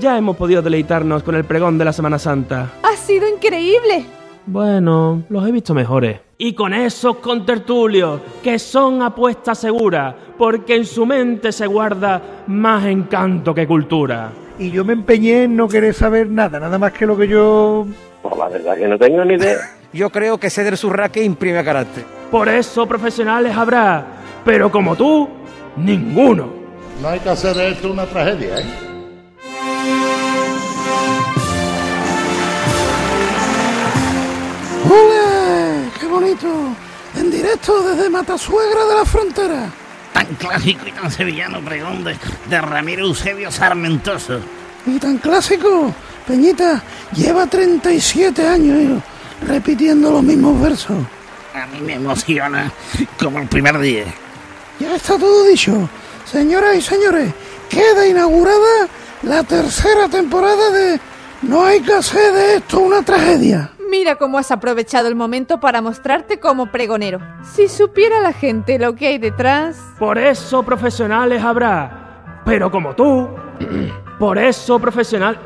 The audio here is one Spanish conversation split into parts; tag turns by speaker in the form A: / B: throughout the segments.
A: ya hemos podido deleitarnos con el pregón de la Semana Santa.
B: ¡Ha sido increíble!
A: Bueno, los he visto mejores. Y con esos contertulios, que son apuesta segura, porque en su mente se guarda más encanto que cultura.
C: Y yo me empeñé en no querer saber nada, nada más que lo que yo...
D: Pues la verdad que no tengo ni idea.
E: Yo creo que Ceder Surraque imprime carácter.
A: Por eso profesionales habrá, pero como tú, ninguno.
F: No hay que hacer de esto una tragedia, ¿eh?
G: ¡Ole! ¡Qué bonito! En directo desde Matasuegra de la Frontera.
H: Tan clásico y tan sevillano pregón de, de Ramiro Eusebio Sarmentoso.
G: Y tan clásico, Peñita, lleva 37 años yo, repitiendo los mismos versos.
H: A mí me emociona como el primer día.
G: Ya está todo dicho. Señoras y señores, queda inaugurada la tercera temporada de No hay que hacer de esto una tragedia.
B: Mira cómo has aprovechado el momento para mostrarte como pregonero. Si supiera la gente lo que hay detrás...
A: Por eso profesionales habrá, pero como tú, por eso profesional...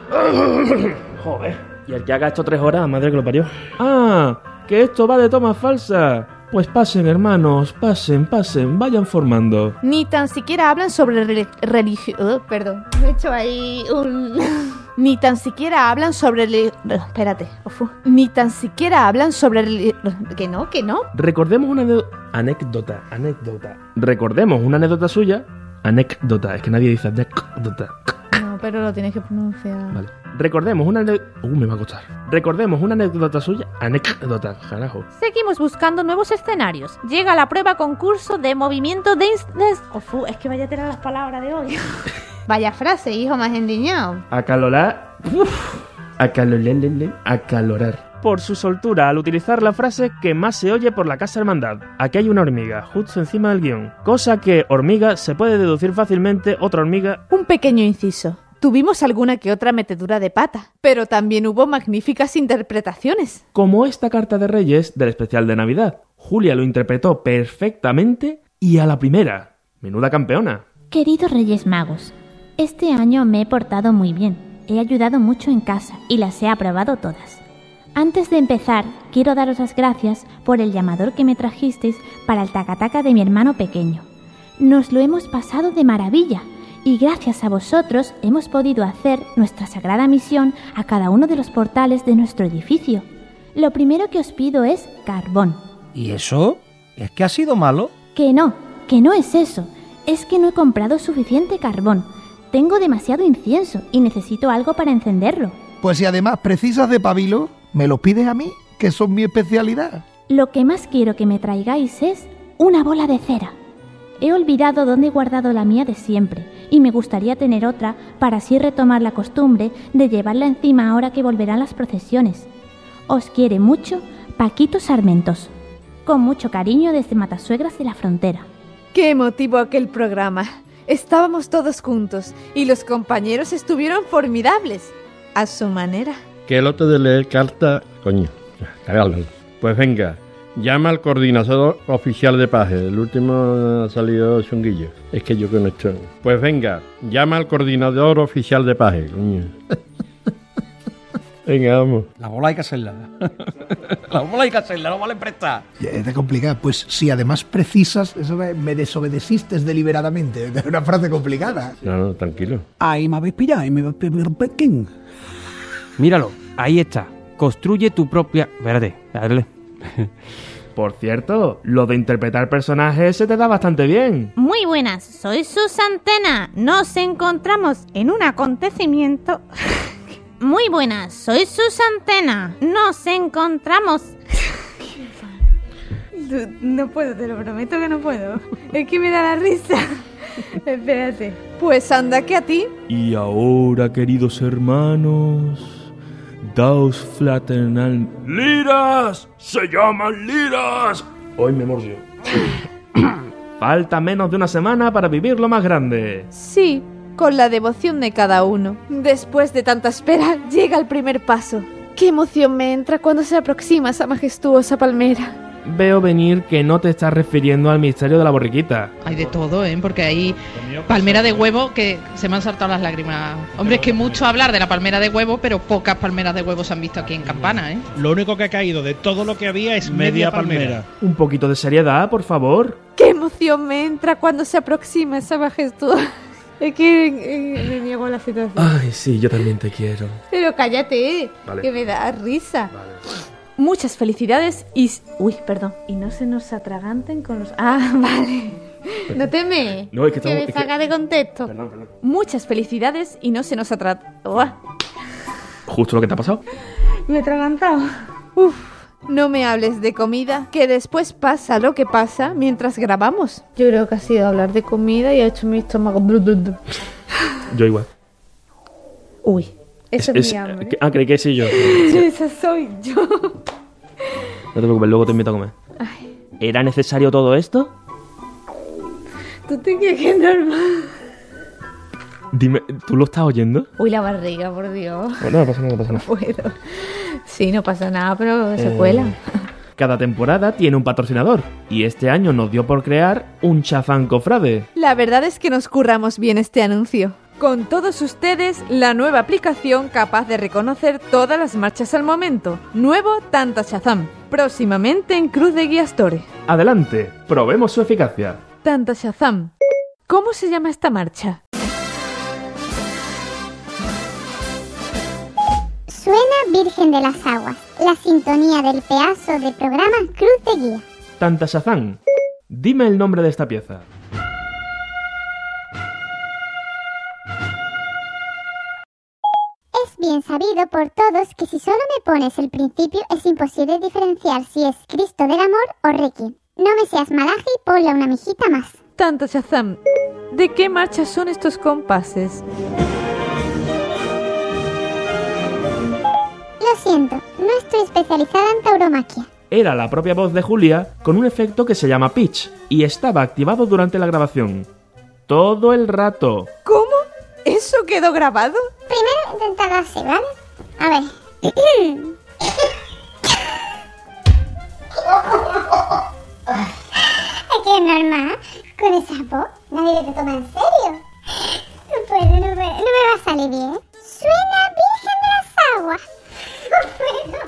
A: Joder, y el que haga esto tres horas, madre que lo parió. Ah, que esto va de toma falsa. Pues pasen, hermanos, pasen, pasen, vayan formando.
B: Ni tan siquiera hablan sobre relig- religio... oh, perdón.
I: Me he hecho ahí un...
B: Ni tan siquiera hablan sobre... reli- Espérate. ufu. Ni tan siquiera hablan sobre... reli- Que no, que no.
A: Recordemos una ane- anécdota, anécdota. Recordemos una anécdota suya. Anécdota, es que nadie dice anécdota.
B: No, pero lo tienes que pronunciar.
A: Vale. Recordemos una anécdota. Uh, me va a costar. Recordemos una anécdota suya. Anécdota, carajo.
I: Seguimos buscando nuevos escenarios. Llega la prueba concurso de movimiento de... ins- de- Ofu, es que vaya a tener las palabras de hoy.
B: Vaya frase, hijo más endiñado.
A: Acalorar. Uf. Acalolelele. Acalorar. Por su soltura al utilizar la frase que más se oye por la Casa Hermandad. Aquí hay una hormiga, justo encima del guión. Cosa que, hormiga, se puede deducir fácilmente otra hormiga.
B: Un pequeño inciso. Tuvimos alguna que otra metedura de pata, pero también hubo magníficas interpretaciones.
A: Como esta carta de Reyes del especial de Navidad. Julia lo interpretó perfectamente y a la primera. Menuda campeona.
I: Queridos Reyes Magos, este año me he portado muy bien. He ayudado mucho en casa y las he aprobado todas. Antes de empezar, quiero daros las gracias por el llamador que me trajisteis para el tacataca de mi hermano pequeño. Nos lo hemos pasado de maravilla y gracias a vosotros hemos podido hacer nuestra sagrada misión a cada uno de los portales de nuestro edificio. Lo primero que os pido es carbón.
E: ¿Y eso? ¿Es que ha sido malo?
I: Que no, que no es eso. Es que no he comprado suficiente carbón. Tengo demasiado incienso y necesito algo para encenderlo.
C: Pues si además precisas de pabilo, me los pides a mí, que son mi especialidad.
I: Lo que más quiero que me traigáis es una bola de cera. He olvidado dónde he guardado la mía de siempre y me gustaría tener otra para así retomar la costumbre de llevarla encima ahora que volverán las procesiones. Os quiere mucho Paquito Sarmentos. Con mucho cariño desde Matasuegras de la Frontera.
B: Qué emotivo aquel programa. Estábamos todos juntos y los compañeros estuvieron formidables. A su manera.
F: Qué lote de leer carta, coño. Caramba. Pues venga, llama al coordinador oficial de paz. El último ha salido chunguillo. Es que yo con esto. Pues venga, llama al coordinador oficial de paz, coño. Venga, vamos.
E: La bola hay que hacerla. la bola hay que hacerla, no vale prestar.
C: Ya Es de complicada. Pues si además precisas, eso me me desobedeciste deliberadamente. Es una frase complicada.
F: No, no, tranquilo.
G: Ay, me habéis pillado, me habéis pillado un pequín.
J: Míralo, ahí está. Construye tu propia. Espérate, espérate.
A: Por cierto, lo de interpretar personajes se te da bastante bien.
I: Muy buenas, soy sus Antena. Nos encontramos en un acontecimiento. Muy buenas, soy sus Antena. Nos encontramos.
B: No puedo, te lo prometo que no puedo. Es que me da la risa. Espérate. Pues anda que a ti.
A: Y ahora, queridos hermanos, daos fraternal. ¡Liras! ¡Se llaman liras! Hoy me mordió. Falta menos de una semana para vivir lo más grande.
B: Sí, con la devoción de cada uno. Después de tanta espera, llega el primer paso. Qué emoción me entra cuando se aproxima esa majestuosa palmera.
A: veo venir que no te estás refiriendo al misterio de la borriquita.
K: Hay de todo, ¿eh? Porque hay palmera de huevo que se me han saltado las lágrimas. Hombre, es que mucho hablar de la palmera de huevo, pero pocas palmeras de huevo se han visto aquí en Campana, ¿eh?
L: Lo único que ha caído de todo lo que había es media, palmera.
A: Un poquito de seriedad, por favor.
B: ¡Qué emoción me entra cuando se aproxima esa majestuosa! Es que eh, eh, me niego a la situación.
A: Ay, sí, yo también te quiero.
B: Pero cállate,
A: Vale.
B: que me da risa.
M: Muchas felicidades y... s- Uy, perdón. Y no se nos atraganten con los... Ah, vale.
B: No teme.
A: No, es que
B: Que
A: estamos-
B: me
A: es que-
B: saca de contexto.
M: Muchas felicidades y no se nos atra... Uah,
A: Justo lo que te ha pasado.
M: me he atragantado.
B: Uf, no me hables de comida, que después pasa lo que pasa mientras grabamos. Yo creo que ha sido hablar de comida y ha hecho mi estómago.
A: Yo igual.
M: Uy,
B: eso es, mi hambre.
A: que- ah, creí que sí yo.
M: Esa soy yo.
A: No te preocupes, luego te invito a comer. ¿Era necesario todo esto?
M: Tú te crees que es normal.
A: Dime, ¿tú lo estás oyendo?
B: Uy, la barriga, por Dios.
A: Bueno, Pues no pasa nada, no pasa nada.
B: Puedo. Sí, no pasa nada, pero se
A: Eh,
B: cuela.
A: Cada temporada tiene un patrocinador y este año nos dio por crear un chafán cofrade.
B: La verdad es que nos curramos bien este anuncio. Con todos ustedes, la nueva aplicación capaz de reconocer todas las marchas al momento. Nuevo Tanta Shazam. Próximamente en Cruz de Guía Store.
A: Adelante, probemos su eficacia.
B: Tanta Shazam. ¿Cómo se llama esta marcha?
N: Suena Virgen de las Aguas, la sintonía del pedazo del programa Cruz de Guía.
A: Tanta Shazam, dime el nombre de esta pieza.
N: Es bien sabido por todos que si solo me pones el principio es imposible diferenciar si es Cristo del Amor o Reiki. No me seas malaje y ponle una mijita más.
B: Tanta Shazam. ¿De qué marcha son estos compases?
N: Lo siento, no estoy especializada en tauromaquia.
A: Era la propia voz de Julia con un efecto que se llama pitch y estaba activado durante la grabación. Todo el rato.
B: ¿Cómo? ¿Eso quedó grabado?
N: Primero intentarlo así, ¿vale? A ver. Es que es normal, con esa voz nadie te toma en serio. No puedo, no puedo, no me va a salir bien. Suena Virgen de las Aguas. No puedo.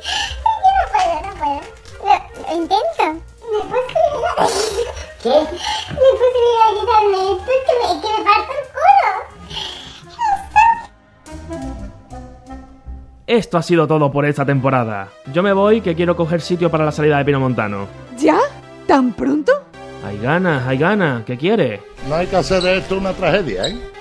N: Es que no puedo, no puedo. Lo, lo intento. No es posible. ¿Qué? No es posible quitarme esto, es que me, es que me parto el culo.
A: Esto ha sido todo por esta temporada. Yo me voy que quiero coger sitio para la salida de Pino Montano.
B: ¿Ya? ¿Tan pronto?
A: Hay ganas, hay ganas, ¿qué quiere?
O: No hay que hacer de esto una tragedia, ¿eh?